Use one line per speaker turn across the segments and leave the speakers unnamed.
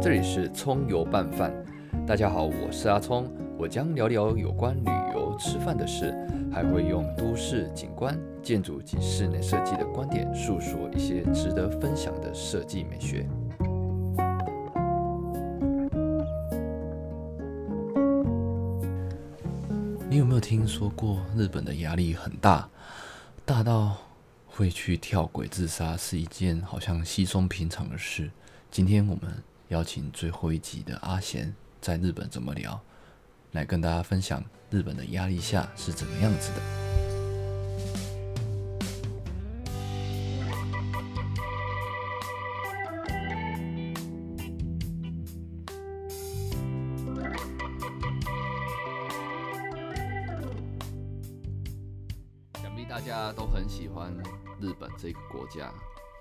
这里是葱油拌饭。大家好，我是阿葱，我将聊聊有关旅游、吃饭的事，还会用都市景观、建筑及室内设计的观点，诉说一些值得分享的设计美学。你有没有听说过日本的压力很大，大到会去跳轨自杀是一件好像稀松平常的事？今天我们邀请最后一集的阿贤在日本怎么聊，来跟大家分享日本的压力下是怎么样子的。想必大家都很喜欢日本这个国家，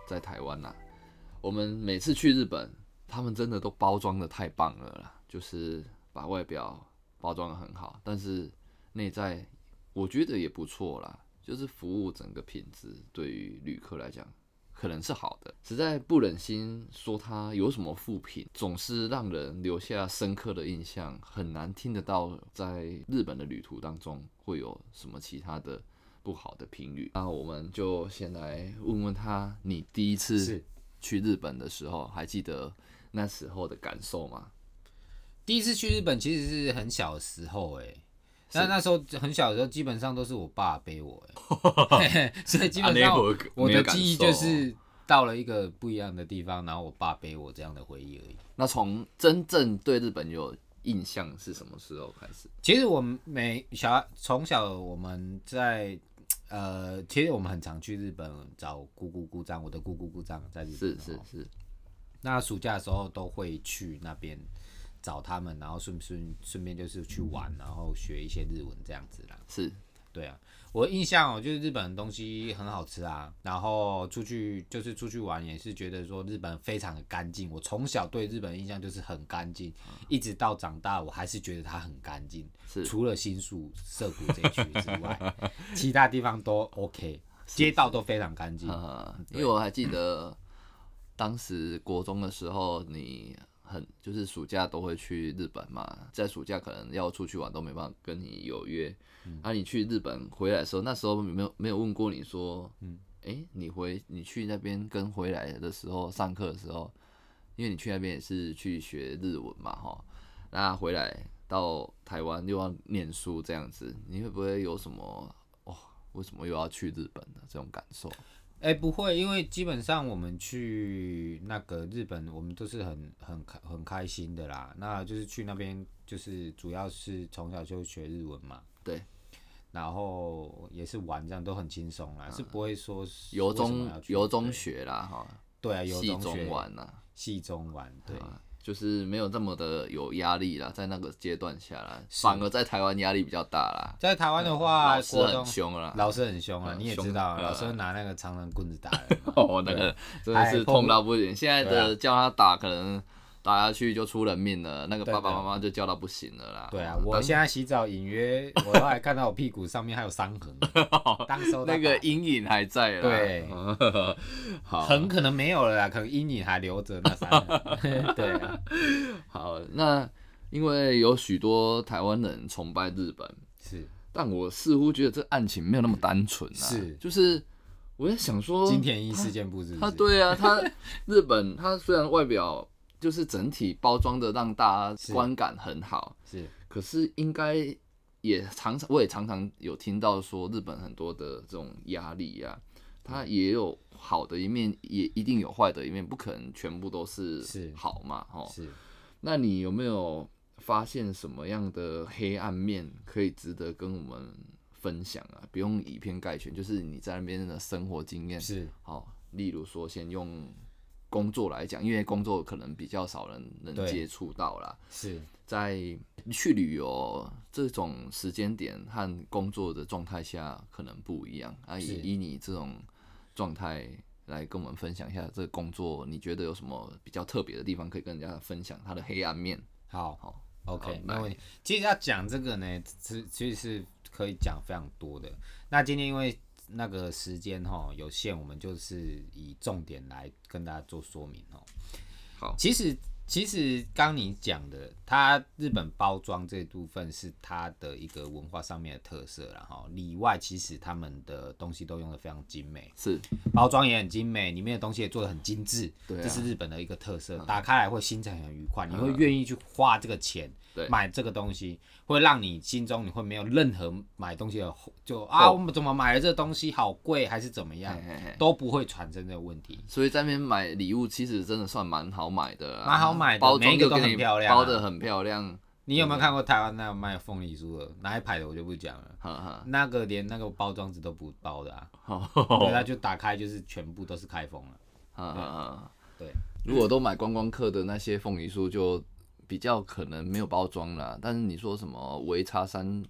在台湾呐、我们每次去日本，他们真的都包装的太棒了啦，就是把外表包装的很好，但是内在我觉得也不错啦，就是服务整个品质对于旅客来讲可能是好的，实在不忍心说它有什么负评，总是让人留下深刻的印象，很难听得到在日本的旅途当中会有什么其他的。不好的评语，那我们就先来问问他，你第一次
是
去日本的时候，还记得那时候的感受吗？
第一次去日本其实是很小的时候哎、那
是
那时候很小的时候，基本上都是我爸背我哎、 所以基本上
啊那
我
会
我
没有
的
感
记忆
受
就是到了一个不一样的地方，然后我爸背我这样的回忆而已。
那从真正对日本有印象是什么时候开始？
其实我们每小孩从小我们在呃，其实我们很常去日本找姑姑姑丈，我的姑姑姑丈在日本
是
哦
是是，
那暑假的时候都会去那边找他们，然后顺顺顺便就是去玩，然后学一些日文这样子啦。
是
对啊，我印象哦，就是日本的东西很好吃啊，然后出去就是出去玩也是觉得说日本非常的干净。我从小对日本的印象就是很干净，一直到长大我还是觉得它很干净，
是
除了新宿涩谷这一区之外，其他地方都 OK，街道都非常干净。
呃，因为我还记得当时国中的时候，你很就是暑假都会去日本嘛，在暑假可能要出去玩都没办法跟你有约。那、你去日本回来的时候，那时候有没有没有问过你说，嗯，哎、你回你去那边跟回来的时候上课的时候，因为你去那边也是去学日文嘛，哈，那回来到台湾又要念书这样子，你会不会有什么哦？为什么又要去日本的这种感受？
哎、不会，因为基本上我们去那个日本，我们都是很很开很开心的啦。那就是去那边，就是主要是从小就学日文嘛，
对，
然后也是玩这样都很轻松啦，是不会说
嗯
是
由
为什么
中
要去
由中
对
学啦，哈，
对啊，由
戏
中学
中玩啦，
戏中玩对。
啊就是没有这么的有压力啦，在那个阶段下啦，
是
反而在台湾压力比较大啦。
在台湾的话，
老师
国
很
中
凶啦，
老师很凶啊，
嗯
你也
凶
知道啊，
呃。
老师会拿那个长长棍子打人嘛
哦，那个真的是
哎
痛到不行。现在
对啊
的叫他打，可能打下去就出人命了，那个
对
爸爸
对
妈妈就叫到不行了啦。
对啊
哦，
我
当
现在洗澡，隐约我都还看到我屁股上面还有伤 痕，当时候他
那个
打
阴影还在啦。
对
好，
很可能没有了啦，可能阴影还留着那三痕。对啊，
好，那因为有许多台湾人崇拜日本，
是
但我似乎觉得这案情没有那么单纯啊，
是
就是我在想说，
金田一事件簿是不
他
是？
对啊，他日本他虽然外表就是整体包装的让大家
是
观感很好，
是
可是应该也常常我也常常有听到说日本很多的这种压力啊，它也有好的一面，也一定有坏的一面，不可能全部都是
是
好嘛，哦，
是，
那你有没有发现什么样的黑暗面可以值得跟我们分享啊？不用以偏概全，就是你在那边的生活经验。
是
好，例如说，先用工作来讲，因为工作可能比较少人能
对
接触到啦。
是
在去旅游这种时间点和工作的状态下，可能不一样啊。
是
以以你这种状态来跟我们分享一下这个工作，你觉得有什么比较特别的地方可以跟人家分享它的黑暗面？
好
好好
OK，没
来
问题。其实要讲这个呢，是其实是可以讲非常多的。那今天因为那个时间哈有限，我们就是以重点来跟大家做说明哦。
好
其实其实刚你讲的，它日本包装这部分是它的一个文化上面的特色啦，然后里外其实他们的东西都用的非常精美，
是
包装也很精美，里面的东西也做的很精致，
对啊
这是日本的一个特色。打开来会心情很愉快，你会
嗯
愿意去花这个钱
对
买这个东西，会让你心中你会没有任何买东西的后就啊，
后
我们怎么买了这个东西好贵还是怎么样
嘿，嘿嘿
都不会产生这个问题。
所以在那边买礼物，其实真的算蛮好买的啦，
蛮好买的
包
每
装
一个
就
都
给
很
你
漂亮啊
包的很漂亮，
你有没有看过台湾那个卖凤梨酥的哪一排的我就不讲了，
哈哈，
那个连那个包装纸都不包的啊，
好，
对，
哈
它就打开就是全部都是开封了。
哈哈，
对，
如果都买观光客的那些凤梨酥，就比较可能没有包装啦。但是你说什么维差山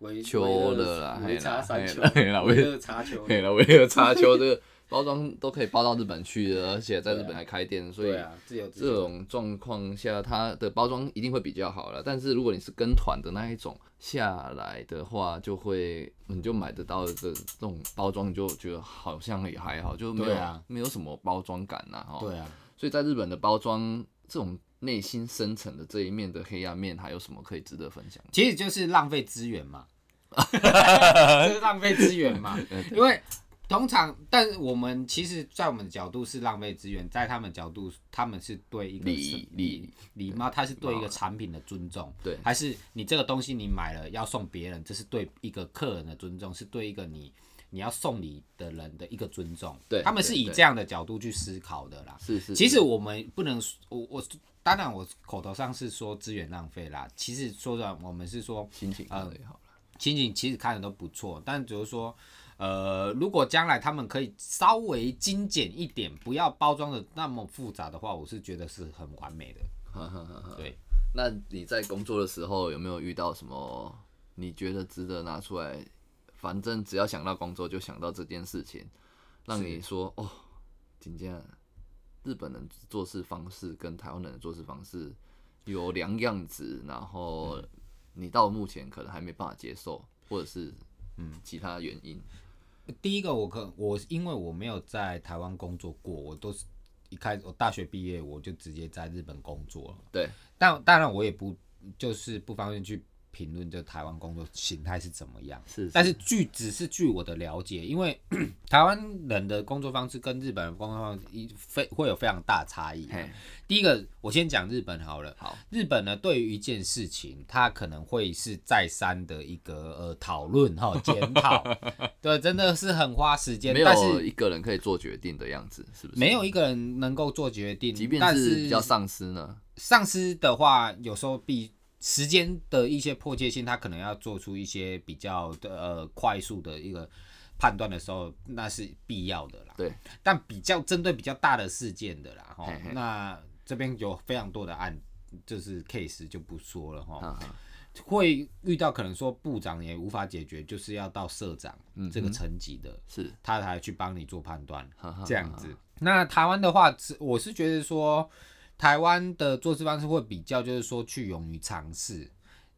维
丘的啦，
维
嘿
差
啦
三丘，
嘿啦，
维
维
勒茶丘，
嘿啦维勒插 丘这个包装都可以包到日本去的，而且在日本还开店，所以
对啊，自由自
这种状况下，它的包装一定会比较好了。但是如果你是跟团的那一种下来的话，就会你就买得到的这这种包装，你就觉得好像也还好，就没有、
对啊
没有什么包装感呐、哈。
对啊，
所以在日本的包装这种内心深层的这一面的黑暗面，还有什么可以值得分享？
其实就是浪费资 源嘛，就是浪费资源嘛，因为通常，但我们其实，在我们的角度是浪费资源，在他们角度，他们是对一个
礼礼
礼貌，他是对一个产品的尊重，
对
还是你这个东西你买了要送别人，这是对一个客人的尊重，是对一个你。你要送礼的人的一个尊重，
对
他们是
对
以
对
这样的角度去思考的啦。
是是，
其实我们不能，我我当然我口头上是说资源浪费啦，其实说的我们是说
心情
啊
看得也好了，
情景其实看的都不错，但只是说，呃，如果将来他们可以稍微精简一点，不要包装的那么复杂的话，我是觉得是很完美的。
哈哈哈哈。
对，
那你在工作的时候有没有遇到什么你觉得值得拿出来？反正只要想到工作，就想到这件事情，让你说哦，紧接着日本人做事方式跟台湾人的做事方式有两样子，然后你到目前可能还没办法接受，或者是嗯其他原因。
第一个我可我因为我没有在台湾工作过，我都是一开我大学毕业我就直接在日本工作了。
对，
但当然我也不就是不方便去评论这台湾工作形态是怎么样。
是
但是据只是据我的了解，因为 台湾人的工作方式跟日本人的工作方式一非会有非常大差异啊、
嘿
第一个，我先讲日本好了。
好，
日本呢，对于一件事情，它可能会是再三的一个呃讨论 哈检讨，对，真的是很花时间
没，
但
有
是
一个人可以做决定的样子，是不是？
没有，一个人能够做决定，
即便
但
是
是
比较上司呢，
上司的话，有时候必时间的一些迫切性，他可能要做出一些比较的呃快速的一个判断的时候，那是必要的啦。
对，
但比较针对比较大的事件的啦，哈
嘿嘿，
那这边有非常多的案，就是 case 就不说了哈。
哈哈
会遇到可能说部长也无法解决，就是要到社长这个层级的，
嗯是
他才去帮你做判断。
哈哈
这样子。那台湾的话，是我是觉得说，台湾的做事方式会比较就是说去勇于尝试。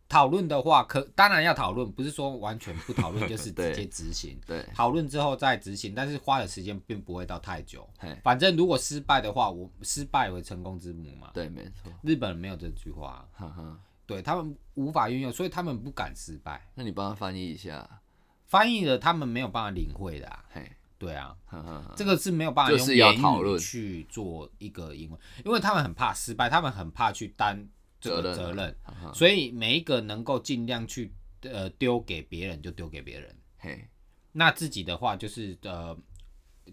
讨论的话，可当然要讨论，不是说完全不讨论就是直
对
接执行。
对，
讨论之后再执行，但是花的时间并不会到太久
嘿。
反正如果失败的话，我失败为成功之母嘛。
对，没错，
日本人没有这句话，
哈哈。
对他们无法运用，所以他们不敢失败。
那你帮他翻译一下，
翻译了，他们没有办法领会的、啊。
嘿，
对啊，
哈哈哈，
这个是没有办法
就是
用
要
言
讨论
语去做一个英文，因为他们很怕失败，他们很怕去担
责
这个
任啊
责任，
哈哈，
所以每一个能够尽量去呃丢给别人就丢给别人，
嘿，
那自己的话就是呃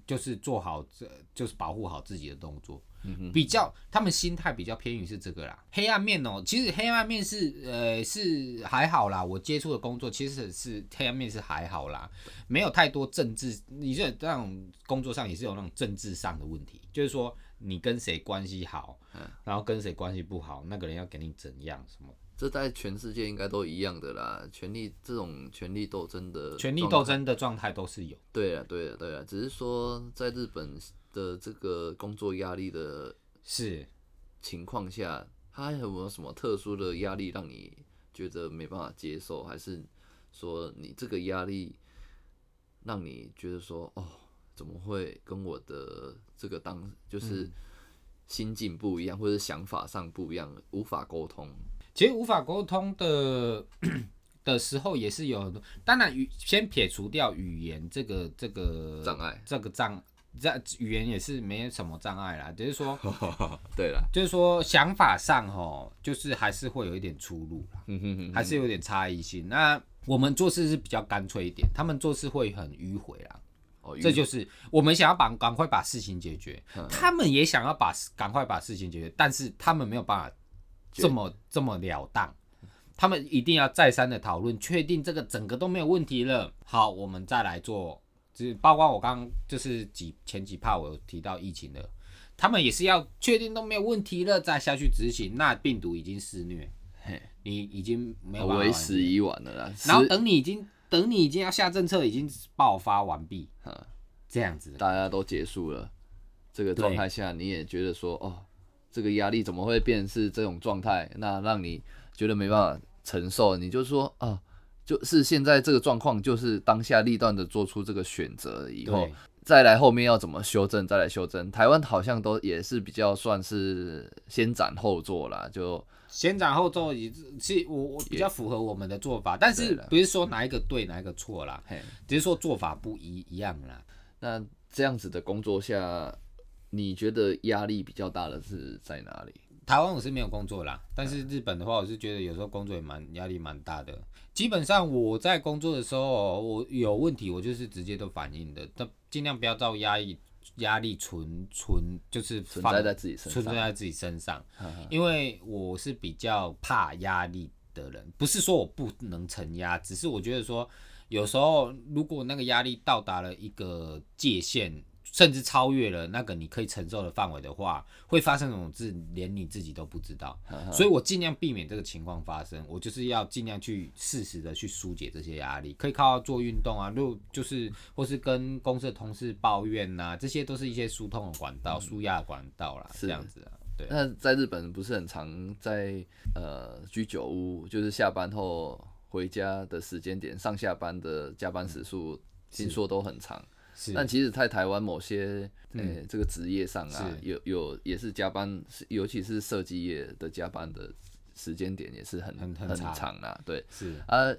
就是做好这就是保护好自己的动作。
嗯
比较，他们心态比较偏于是这个啦。黑暗面哦、其实黑暗面是呃是还好啦。我接触的工作其实是黑暗面是还好啦，没有太多政治。你这这种工作上也是有那种政治上的问题，就是说你跟谁关系好，
嗯
然后跟谁关系不好，那个人要给你怎样什么。
这在全世界应该都一样的啦。权力这种权力斗争的
权力
状
斗
况，
争的状态都是有。
对啊，对啊，对啊，只是说在日本的这个工作压力的
是，
情况下，它有没有什么特殊的压力让你觉得没办法接受，还是说你这个压力让
嗯
你觉得说，哦，怎么会跟我的这个当就是心境不一样，或者是想法上不一样，无法沟通。
其实无法沟通的 的时候，也是有很多。当然语先撇除掉语言这个这个
障碍
这个障这语言也是没什么障碍啦，只是说
对了，
就是说想法上吼，就是还是会有一点出入啦，
嗯哼哼
还是有点差异性。那我们做事是比较干脆一点，他们做事会很迂回啦。
哦，
这
语
就是我们想要把赶快把事情解决，
嗯
他们也想要把赶快把事情解决，但是他们没有办法这么这么了当，他们一定要再三的讨论，确定这个整个都没有问题了，好，我们再来做。就是包括我刚刚就是几前几趴我有提到疫情的，他们也是要确定都没有问题了，再下去执行。那病毒已经肆虐
嘿，
你已经没有办法
为
挽
时已晚了啦。
然后
是
等你已经等你已经要下政策，已经爆发完毕
嗯，
这样子的
大家都结束了，这个状态下，你也觉得说，哦，这个压力怎么会变是这种状态？那让你觉得没办法承受，你就说啊，就是现在这个状况，就是当下立断的做出这个选择以后
对，
再来后面要怎么修正，再来修正。台湾好像都也是比较算是先斩后奏啦，就
先斩后奏也是是我我比较符合我们的做法，但是
对啦
不是说哪一个对哪一个错啦，
嘿，
只是说做法不一一样啦。
那这样子的工作下，你觉得压力比较大的是在哪里？
台湾我是没有工作啦，
嗯
但是日本的话，我是觉得有时候工作也蛮压力蛮大的。基本上我在工作的时候，我有问题我就是直接都反映的，但尽量不要造压抑压力存存就是
存
放
在在自己身上，嗯
存在在自己身上，因为我是比较怕压力的人，不是说我不能承压，只是我觉得说有时候如果那个压力到达了一个界限，甚至超越了那个你可以承受的范围的话，会发生什么事，连你自己都不知道。所以我尽量避免这个情况发生，我就是要尽量去适时的去疏解这些压力，可以靠做运动啊，如就是或是跟公司的同事抱怨呐、这些都是一些疏通的管道、舒压的管道啦，
嗯是
这样子啊，对。
那在日本不是很常在呃居酒屋，就是下班后回家的时间点，上下班的加班时数，听说都很长。
嗯是，嗯
但其实，在台湾某些呃、这个职业上啊，
是
有有也是加班，是尤其是设计业的加班的时间点也是很
很很
很
长
长啦、对，
是
啊，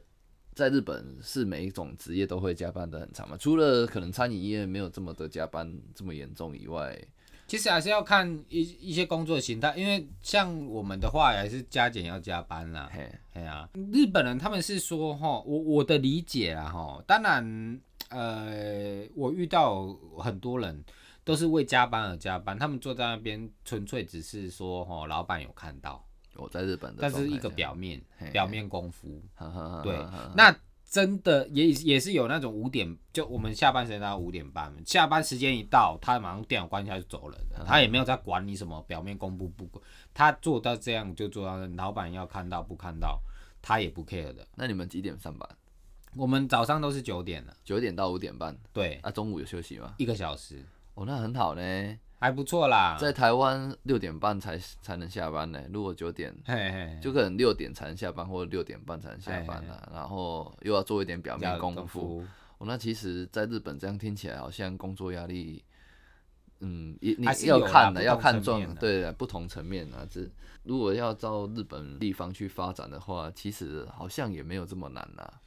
在日本是每一种职业都会加班的很长嘛，除了可能餐饮业没有这么的加班这么严重以外，
其实还是要看一一些工作形态，因为像我们的话，还是加减要加班啦。
嘿，
哎呀、日本人他们是说哈，我我的理解啦哈，当然呃，我遇到很多人都是为加班而加班，他们坐在那边纯粹只是说哈，老板有看到，
我在日本的
但
状态下，
是一个表面
嘿嗯
表面功夫。
哈哈哈哈，
对，那真的也也是有那种五点，就我们下班时间到五点半，下班时间一到，他马上电脑关一下就走人
嗯
了，他也没有在管你什么表面公布不公，他做到这样就做到那，老板要看到不看到，他也不 care 的。
那你们几点上班？
我们早上都是九点了，
九点到五点半，
对，
啊，中午有休息吗？
一个小时
哦，那很好呢，
还不错啦。
在台湾六点半才才能下班呢，如果九点。
嘿嘿，
就可能六点才能下班，或者六点半才能下班
哎
啦、然后又要做一点表面
叫
功夫，，哦，那其实，在日本这样听起来，好像工作压力，嗯，也你
还是
要
有啦
看
不
的，
同
要看
层
状
面，的啊
对啦不同层面啊。这如果要照日本地方去发展的话，其实好像也没有这么难啊啦、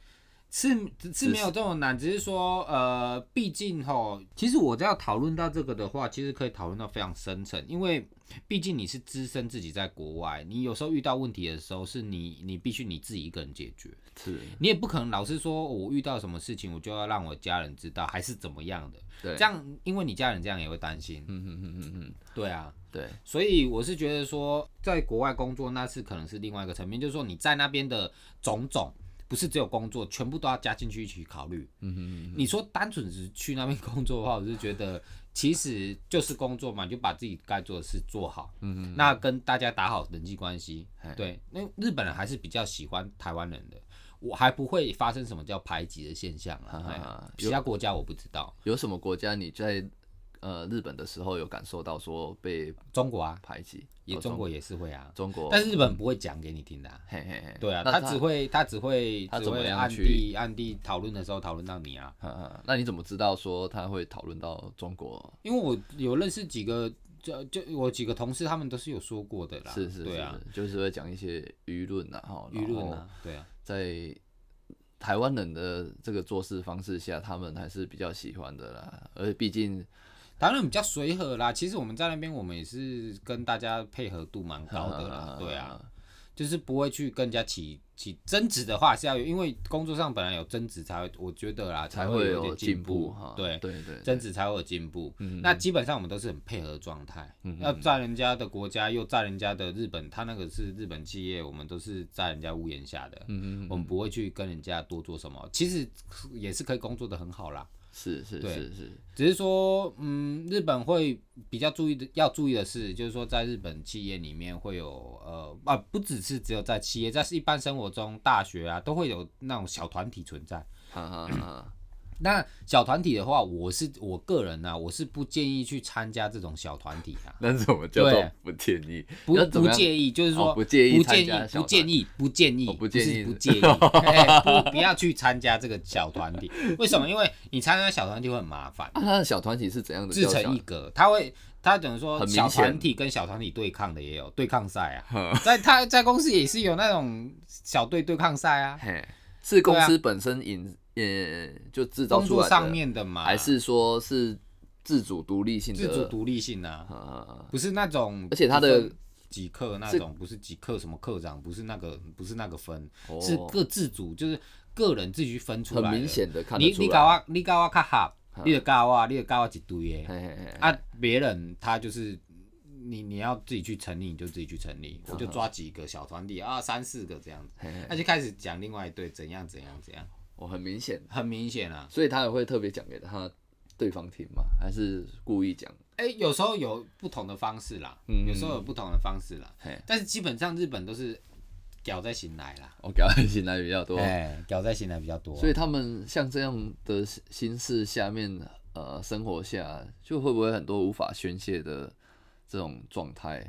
是是没有这种难，只是说呃，毕竟吼，其实我要讨论到这个的话，其实可以讨论到非常深层，因为毕竟你是资深自己在国外，你有时候遇到问题的时候，是你你必须你自己一个人解决，
是，
你也不可能老是说哦我遇到什么事情，我就要让我家人知道，还是怎么样的，
对，
这，样因为你家人这样也会担心，
嗯嗯嗯嗯嗯，
对啊，
对，
所以我是觉得说，在国外工作那是可能是另外一个层面，就是说你在那边的种种，不是只有工作，全部都要加进去一起考虑。
嗯嗯嗯，
你说单纯只去那边工作的话，我是觉得其实就是工作嘛，你就把自己该做的事做好，嗯嗯，那跟大家打好人际关系
嘿，
对，那日本人还是比较喜欢台湾人的。我还不会发生什么叫排挤的现象
哈
啊，
哈
哎
哈
其他国家我不知道，
有什么国家你在呃日本的时候有感受到说被
中国啊，
排挤？
也
哦
中国也是会啊，
中国，
但是日本不会讲给你听的啊、
嘿嘿嘿，
对啊，
欸那
他只，会他只会
他
只
怎么
会
样
暗
去
地暗地讨论的时候讨论到你啊，
哈哈那你怎么知道说他会讨论到中国？
因为我有认识几个就就我几个同事他们都是有说过的啦，
是是是，
对啊，
是就是会讲一些舆论啊，哈，
舆论啊，，对啊，
在台湾人的这个做事方式下，他们还是比较喜欢的啦。而且毕竟
当然比较随和啦。其实我们在那边我们也是跟大家配合度蛮高 的啦，
呃
对啊，，就是不会去跟人家起起争执的话是要有，因为工作上本来有争执才会，我觉得啦
才
会
会
一
有
点进
进步哈。
对，
对对，
争执才会有进步。那基本上我们都是很配合状态，要在人家的国家，又在人家的日本，他那个是日本企业，我们都是在人家屋檐下的，我们不会去跟人家多做什么，其实也是可以工作的很好啦。
是是
对
是是，
只是说，嗯，日本会比较注意的，要注意的是，就是说，在日本企业里面会有，呃，啊，不只是只有在企业，在一般生活中，大学啊，都会有那种小团体存在。
哈哈哈。
那小团体的话，我是我个人呢、啊，我是不建议去参加这种小团体 啊，
但是我叫做
对
不建议，
不
要怎
不
么样
建议，就是说、
哦不建议
不
参
建
加
议，
小
不建议，不建议，
哦不
不
建议
是不建 议，哎不不要去参加这个小团体。为什么？因为你参加小团体会很麻烦，
啊，他的小团体是怎样的？
自成一格，他会。他等于
很
说
明显
小团体跟小团体对抗的也有对抗赛 啊，在他在公司也是有那种小队对抗赛啊，
嘿，是公
对啊
司本身引呃就制造
工
出
作
来
上
的，
面的嘛，
还是说是自主独立性的？
自主独立性啊，
呃，
不是那种，
而且他的
几课那种不是几课什么课长，不是那个不是那个分，
哦
是各自主，就是个人自己去分出来
很
的。
明显的看得
你
出
你搞
来。
啊，你搞啊卡哈，你的搞啊，你的搞啊一堆
嘿
的
嘿嘿，
啊，别人他就是。你你要自己去成立，你就自己去成立。我就抓几个小团体啊，三四个这样子
嘿嘿，
他就开始讲另外一队怎样怎样怎样，
我哦很明显，
很明显啊。
所以他也会特别讲给他对方听嘛，还是故意讲？
哎、有时候有不同的方式啦，
嗯
有时候有不同的方式啦
嘿，
但是基本上日本都是屌在醒来啦，
我感觉醒来比较多，
哎、屌在醒来比较多，
哦所以他们像这样的心事下面，呃，生活下就会不会很多无法宣泄的这种状态？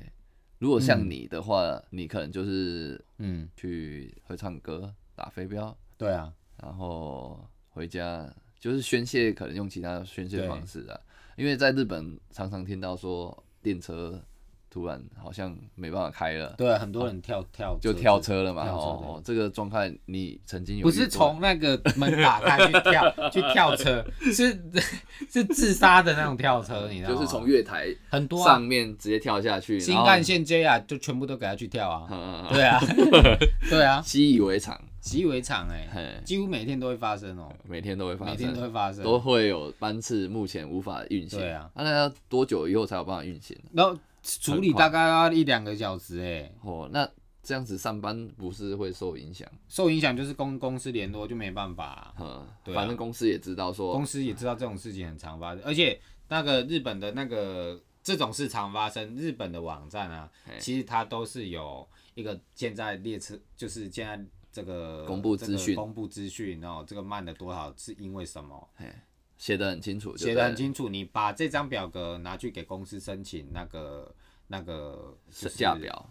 如果像你的话，你可能就是
嗯，
去会唱歌、打飞镖，
对啊，
然后回家就是宣泄，可能用其他宣泄
对
方式啊。因为在日本常常听到说电车突然好像没办法开了，
对啊，很多人跳跳
哦就跳，车了嘛。
跳车
哦
对
哦，这个状态你曾经有
不
遇
是
过
从那个门打开去 跳去跳车，是是自杀的那种跳车，你知道吗？
就是从月台
很多、啊、
上面直接跳下去，
新
然后
干线 JR 就全部都给他去跳啊，
嗯，嗯嗯
对啊，对啊，
习以为常，
习以为常哎、
嘿，
几乎每天都会发生哦、
每天都会发生，
每天都会发生，
都会有班次目前无法运行。
对啊，
那要多久以后才有办法运行呢？
然后处理大概要一两个小时、哎，
哦，那这样子上班不是会受影响？
受影响就是公公司联络就没办法啊、
嗯，
对啊
反正公司也知道说
公，司也知道这种事情很常发生，而且那个日本的那个这种事常发生，日本的网站啊
嘿，
其实它都是有一个现在列车，就是现在这个
公布资讯
这个公布资讯，然后这个慢了多少是因为什么，
写的很清楚，
写的很，清楚，你把这张表格拿去给公司申请那个那个
是
就是
价表，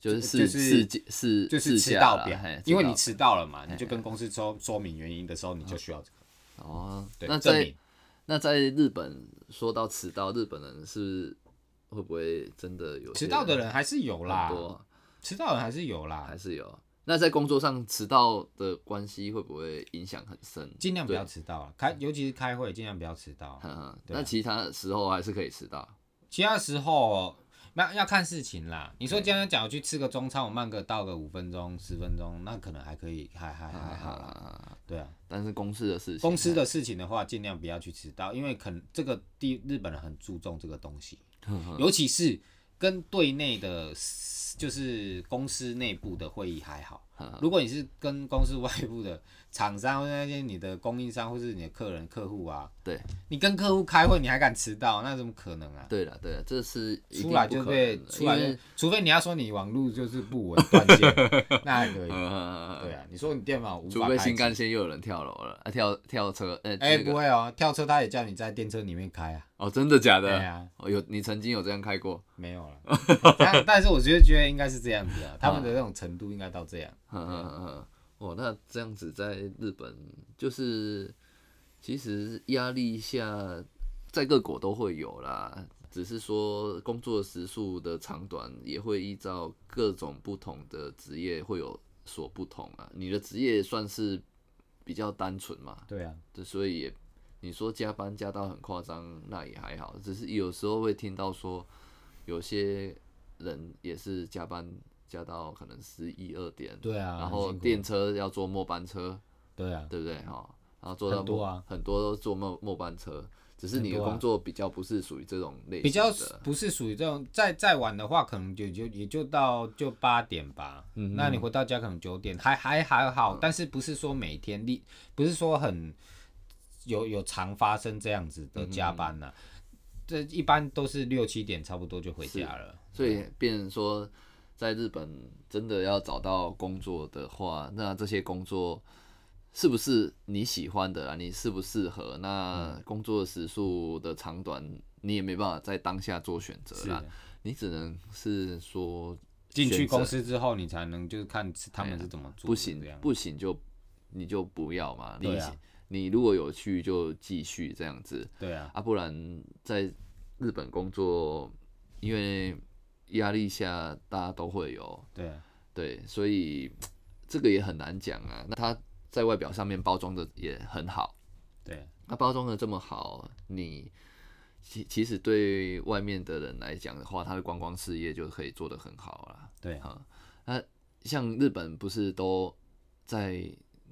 就是
就
事
是
事件事
就是
事
迟
价
到
啦
表
嘿，
因为你
迟
迟到了嘛，你就跟公司说说明原因的时候，你就需要这个，
到哦，
对，
嗯那
证
在
明
那在日本说到迟到，日本人是会不会真的有
迟到的
人
人啊还是有啦
很，多？啊
迟到的人还是有啦
还，是有。那在工作上迟到的关系会不会影响很深？
尽量不要
对。嗯
迟到啊，开尤其是开会尽量不要迟到，
哈哈
对啊
那其他时候还是可以迟到。
其他时候那要看事情啦。你说今天讲我去吃个中餐，我慢个到个五分钟十分钟，那可能还可以，还还还好啦，
啊，
对啊。
但是公司的事情，
公司的事情的话，尽量不要去迟到，因为可能这个地日本人很注重这个东西，
嗯
尤其是跟对内的，就是公司内部的会议还好。
嗯
如果你是跟公司外部的厂商或者那些你的供应商或是你的客人客户啊，
对，
你跟客户开会你还敢迟到，那怎么可能啊？
对了对了，这是一定
出来
不
就
可
被
能的
出来
因
就
为，
除非你要说你网络就是不稳断 线，那还可以。
呃，
对啊，你说你电脑无
除
法
非
开
新
机，
干线又有人跳楼了，啊跳跳车，呃，
哎、
那
不
个
会哦，跳车他也叫你在电车里面开啊。
哦，真的假
对
的？
啊，
哦，有你曾经有这样开过？
没有了。 但但是我觉得觉得应该是这样子啊，他们的那种程度应该到这样。
嗯嗯嗯嗯，哦，那这样子在日本就是，其实压力下在各国都会有啦。只是说工作时数的长短也会依照各种不同的职业会有所不同啊。你的职业算是比较单纯嘛，
对啊，
对，所以也你说加班加到很夸张，那也还好，只是有时候会听到说有些人也是加班加到可能十一二点，
对啊，
然
很
后
辛苦
电车要坐末班车，
对啊，
对不对哈、然后坐到
很多
末
啊
很多都坐末末班车，只是
很
你的
多啊
工作比较不是属于这种类型
比较
的
不是属于这种再再晚的话，可能就就也就到就八点吧。
嗯
那你回到家可能九点，还还还好，但是不是说每天你不是说很有有常发生这样子的加班
嗯
呢、这一般都是六七点差不多就回家了。
所以变成说，在日本真的要找到工作的话，那这些工作是不是你喜欢的啊？你适不适合？那
嗯
工作时数的长短，你也没办法在当下做选择
是
啦，你只能是说
进去
选择
公司之后，你才能就是看是他们是怎么做的
不行
这样，
不行就你就不要嘛。你
对啊
你如果有去就继续这样子，
对啊，
啊，不然在日本工作，因为压力下大家都会有，
对啊，
对，所以这个也很难讲啊。那他在外表上面包装的也很好，
对啊，
那包装的这么好，你其其实对外面的人来讲的话，他的观光事业就可以做得很好啦。
对啊，
哈，那像日本不是都在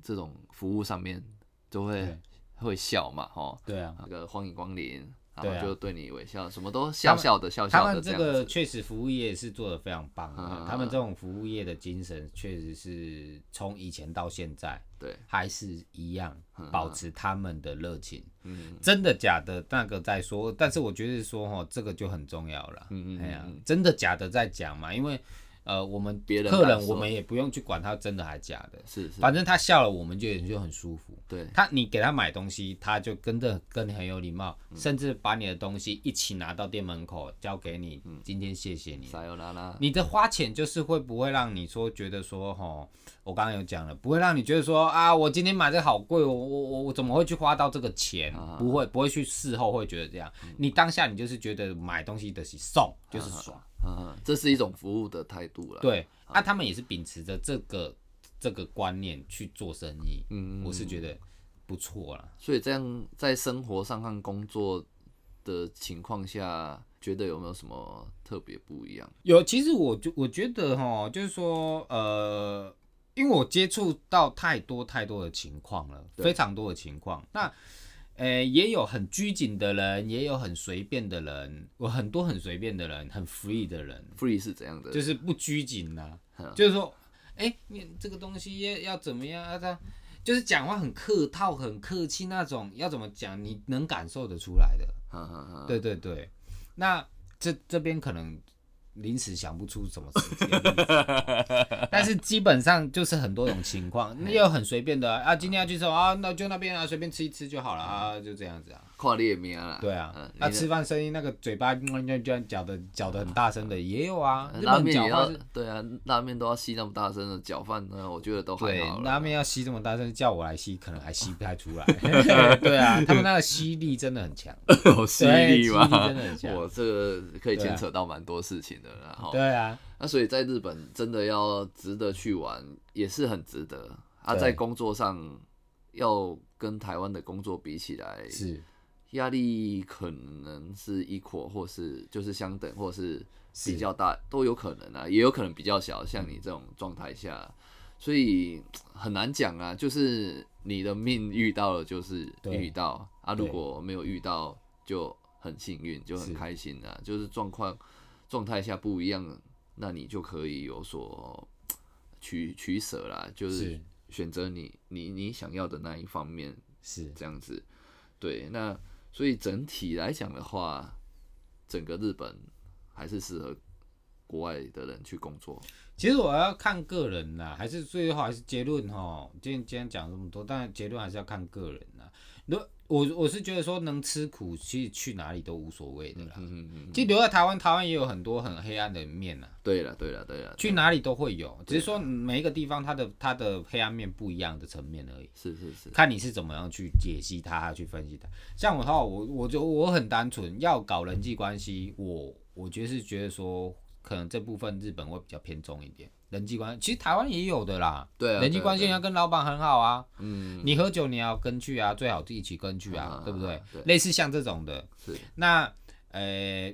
这种服务上面都会
对
会笑嘛，哈，
对啊。
那个欢迎光临，
对
然
啊
后就对你微笑，什么都笑笑的笑
他
笑的
们
这
这
样
个
子。
确实服务业是做的非常棒的，
嗯
他们这种服务业的精神确实是从以前到现在
对，
还是一样保持他们的热情。
嗯
真的假的那个再说，但是我觉得说哈，这个就很重要了。
嗯嗯
哎呀
嗯嗯，
真的假的再讲嘛，因为呃，我们
别人
客
来
人
说
我们也不用去管他真的还假的，
是是，
反正他笑了，我们就也就很舒服。
对，
他你给他买东西，他就跟着跟你很有礼貌，
嗯
甚至把你的东西一起拿到店门口交给你。
嗯
今天谢谢你，
撒由那拉，
你的花钱就是会不会让你说觉得说吼，我刚刚有讲了，不会让你觉得说啊，我今天买这好贵，我我我我怎么会去花到这个钱？
啊
不会不会去事后会觉得这样，你当下你就是觉得买东西的是送
啊
就是爽，
嗯，这是一种服务的态度了。
对啊，他们也是秉持着这个这个观念去做生意，
嗯，嗯，
我是觉
得，
得不错啦。
所以这样在生活上和工作的情况下，觉得有没有什么特别不一样？
有，其实我就我觉得哈，就是说，呃，因为我接触到太多太多的情况了，
对
非常多的情况。那，呃，也有很拘谨的人，也有很随便的人，我很多很随便的人，很 free 的人，
free 是怎样的？
就是不拘谨呐、
嗯
就是说，哎、你这个东西要要怎么样啊？他就是讲话很客套、很客气那种，要怎么讲，你能感受得出来的。
哈哈哈，
对对啊对，那这这边可能临时想不出什么实际的 例子，但是基本上就是很多种情况，那有很随便的啊，啊今天要去什么啊，那就那边啊，随便吃一吃就好了啊，就这样子啊。
跨列名啦。
对啊
嗯，
那
你的
吃饭声音那个嘴巴嗯嗯这样嚼的嚼的很大声的也有啊，日
拉
本
面
讲
也
话
要
是。
对啊，拉面都要吸那么大声的，搅饭呢，我觉得都还
对
好，啦
拉面要吸这么大声，叫我来吸，可能还吸不 太出来。对啊，他们那个吸力真的很强。
有 吸力吗
对吸力真的很？强
我这个可以
对啊
牵扯到蛮多事情的啦，然后
对啊，
那所以在日本真的要值得去玩，也是很值得。啊，
对
在工作上要跟台湾的工作比起来，
是
压力可能是 equal 或是就是相等，或是
是
比较大都有可能啊，也有可能比较小。像你这种状态下，所以很难讲啊。就是你的命遇到了，就是
对
遇到啊，
对
如果没有遇到，就很幸运，就很
是
开心啊。就是状况状态下不一样，那你就可以有所取取舍啦，就是
是
选择你你你想要的那一方面
是，
这样子。对，那所以整体来讲的话，整个日本还是适合国外的人去工作。
其实我要看个人啦，还是最后还是结论哈。今天今天讲这么多，但结论还是要看个人啦。留我我是觉得说能吃苦，其实去哪里都无所谓的啦。
嗯嗯嗯，
其实留在台湾，台湾也有很多很黑暗的面呐、
对了对了对啊了，
去哪里都会有，只是说每一个地方它的它的黑暗面不一样的层面而已。
是是是，
看你是怎么样去解析它，去分析它。像我的话，我我就我很单纯，要搞人际关系，我我觉得是觉得说，可能这部分日本会比较偏重一点。人际关其实台湾也有的啦，
对啊
人际关系
对啊
你要跟老板很好啊，
嗯，
你喝酒你要跟去啊，最好一起跟去啊，
啊
对不对？
对
类似像这种的，
是
那呃，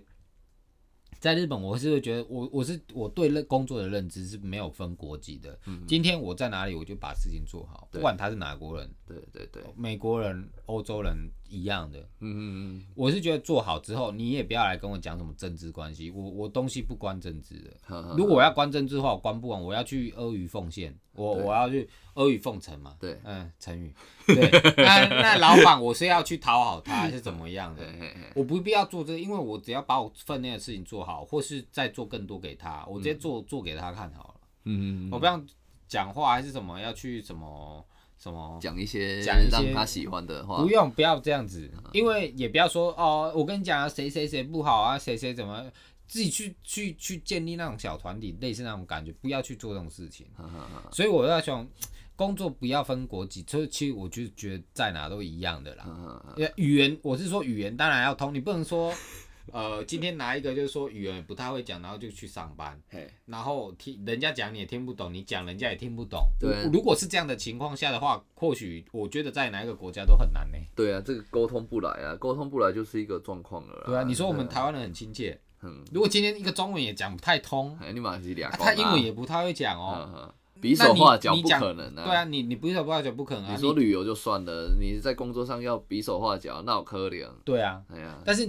在日本，我是会觉得我我是我对认工作的认知是没有分国籍的。今天我在哪里，我就把事情做好，
嗯
不
对
管他是哪国人，
对对对，
美国人、欧洲人一样的。
嗯嗯嗯，
我是觉得做好之后，你也不要来跟我讲什么政治关系，我我东西不关政治的。
呵呵
如果我要关政治的话，我关不完，我要去阿谀奉献，我
对
我要去阿谀奉承嘛。
对
嗯，成语。对，那那老板我是要去讨好他，还是怎么样的
嘿？嘿嘿
我不必要做这个，因为我只要把我分内的事情做好，或是再做更多给他，我直接做、做给他看好了。
嗯嗯
我
嗯，
不要讲话还是什么，要去什么什么，
讲一些
讲一些
让他喜欢的话
不，用不要这样子，因为也不要说哦，我跟你讲啊，谁谁谁不好啊，谁谁怎么。自己去去去建立那种小团体，类似那种感觉，不要去做这种事情。
呵呵呵
所以我在想，工作不要分国籍，所以其实我就觉得在哪都一样的啦。
呵呵
呃，语言，我是说语言当然要通，你不能说， 呃，今天拿一个就是说语言不太会讲，然后就去上班，
嘿，
然后听人家讲你也听不懂，你讲人家也听不懂。
对
如如果是这样的情况下的话，或许我觉得在哪一个国家都很难呢、
对啊，这个沟通不来啊，沟通不来就是一个状况了啦。
对啊，你说我们台湾人很亲切，
嗯，
如果今天一个中文也讲不太通，
哎，你马是俩
啊，他英文也不太会讲哦。
哦，比手画脚
那你
不
你讲
可能啊。
对啊，你你不是不要讲不可能啊，
你说
你
旅游就算了，你在工作上要比手画脚，那我可怜。
对啊，
哎呀，
但是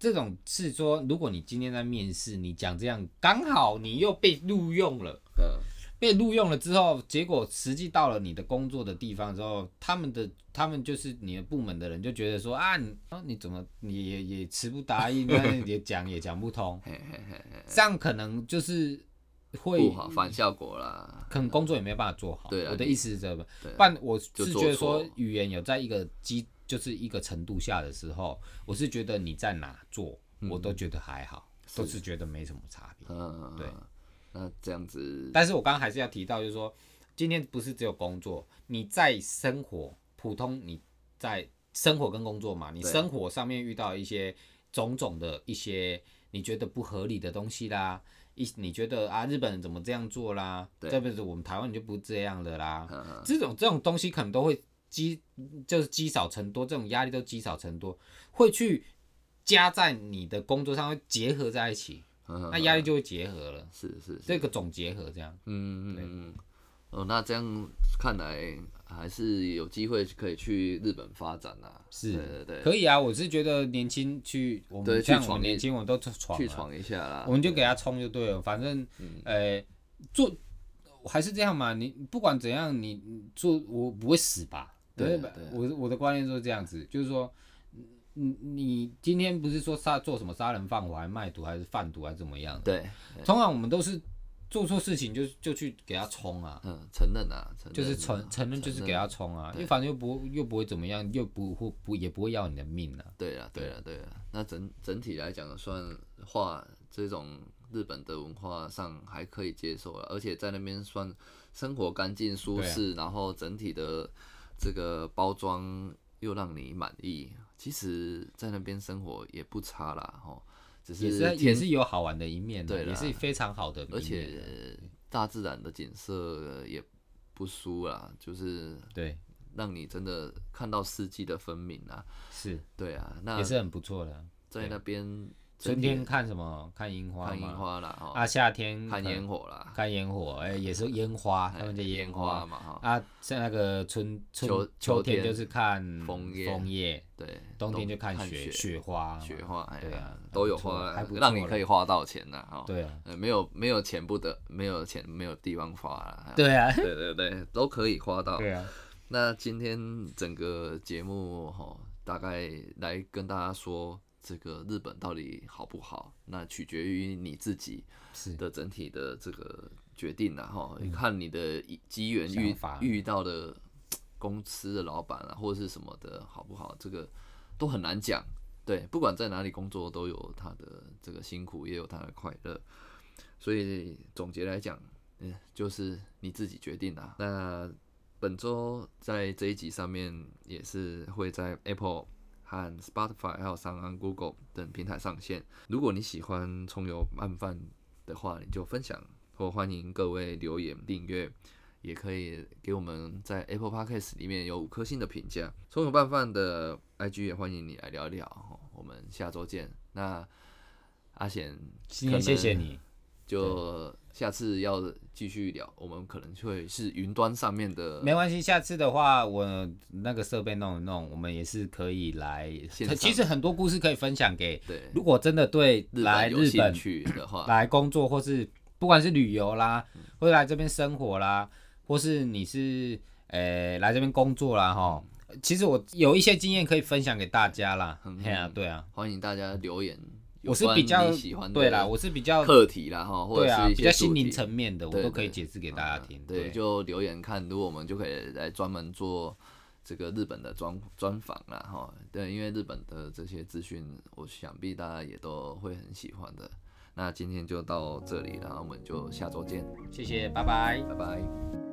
这种是说，如果你今天在面试，你讲这样，刚好你又被录用了。
嗯，
被录用了之后，结果实际到了你的工作的地方之后，他们的他们就是你的部门的人就觉得说啊，你啊你怎么你也也词不达意，那也讲也讲不 通，
嘿嘿嘿嘿，
这样可能就是会
不好，反效果啦。
可能工作也没有办法做好。
啊对啊
我的
你
意思是这个，
对啊
不然我
就是做
觉得说
错
语言有在一个基就是一个程度下的时候，我是觉得你在哪做，我都觉得还好，都是觉得没什么差别。
嗯，
对。
那这样子，
但是我刚刚还是要提到，就是说，今天不是只有工作，你在生活，普通你在生活跟工作嘛，你
对
生活上面遇到一些种种的一些你觉得不合理的东西啦，一你觉得啊日本人怎么这样做啦，
对
这不是我们台湾人就不是这样的啦，
嗯嗯
这种这种东西可能都会积，就是积少成多，这种压力都积少成多，会去加在你的工作上，会结合在一起，
嗯
那压力就会结合了。
是是是，
这个总结合这样，
嗯嗯嗯，哦，那这样看来还是有机会可以去日本发展啊啦。
是
对对对，
可以啊，我是觉得年轻去，我
对
们
去
像我
闯
们
一
年轻，我们都闯，啊
去，闯啊一下啦。
我们就给他冲就对了。反正，
嗯
呃，做还是这样嘛，你不管怎样，你你做我不会死吧？
对啊
吧
对？
我我的观念就是这样子，就是说，你你今天不是说杀做什么杀人放火，还卖毒，还是贩毒，还是怎么样的？
对，
通常我们都是做错事情就就去给他冲啊。
嗯，承认啊，承认
就是
啊
承承认就是给他冲啊，因为反正又不又不会怎么样，又不会不也不会要你的命啊。
对了，对了，对了。那整整体来讲，算画这种日本的文化上还可以接受了，而且在那边算生活干净舒
对啊
适，然后整体的这个包装又让你满意。其实，在那边生活也不差啦，吼，只
也
是
是
天
也是有好玩的一面的，啊
对啦
也是非常好的一面啊，
而且大自然的景色也不输啦，就是
对
让你真的看到四季的分明啊。
是
对啊，那
也是很不错的。
在那边整
春
体
天看什么？看樱花
看
嘛
樱花啦，哦
啊，夏天
看
可
烟火啦，
看烟火，哎，也是烟花，他们叫烟
花
花
嘛哈，
啊。像那个春
秋
春
秋
秋
天
天就是看
枫叶
枫叶，
对，
冬天就
看
看
雪
雪雪花，
雪花，哎
对
呀
啊，
都有
还不错
花
还不，错
让你可以花到钱呐，哈，
对啊
呃，没有没有钱不得，没有钱没有地方花啦，
对啊
对对对，都可以花到。
对啊，
那今天整个节目哈，大概来跟大家说这个日本到底好不好，那取决于你自己
是嗯
的整体啊的这个决定啦哈，看你的机缘
想
遇
法
遇到的公司的老板啊，或者是什么的好不好，这个都很难讲。对，不管在哪里工作，都有他的这个辛苦，也有他的快乐。所以总结来讲，嗯，就是你自己决定啦、那本周在这一集上面也是会在 Apple 和 Spotify 还有上岸 Google 等平台上线。如果你喜欢葱油拌饭的话，你就分享或欢迎各位留言订阅。也可以给我们在 Apple Podcast 里面有五颗星的评价。葱油拌饭的 IG 也欢迎你来聊一聊哦，我们下周见。那阿贤，
今天谢谢你。
就下次要继续聊，我们可能会是云端上面的
没关系，下次的话，我那个设备弄一弄，我们也是可以来
线。上
其实很多故事可以分享给，
对
如果真的对
日
来
本有
日
兴
本
趣的话，
来工作，或是不管是旅游啦，
嗯
或者来这边生活啦，或是你是呃来这边工作啦，哈，其实我有一些经验可以分享给大家啦。
嗯
嘿啊，对啊，
欢迎大家留言。
我是比较
喜欢的
对啦，我是比较
课题啦哈，或
对
者
啊
是一
比
些
较
主
心灵
题
层面的，我
对
都可以
对
解释给大家听
嗯。对，就留言看，如果我们就可以来专门做这个日本的专专访啦哈。对，因为日本的这些资讯，我想必大家也都会很喜欢的。那今天就到这里，然后我们就下周见，
谢谢，拜拜。
拜拜。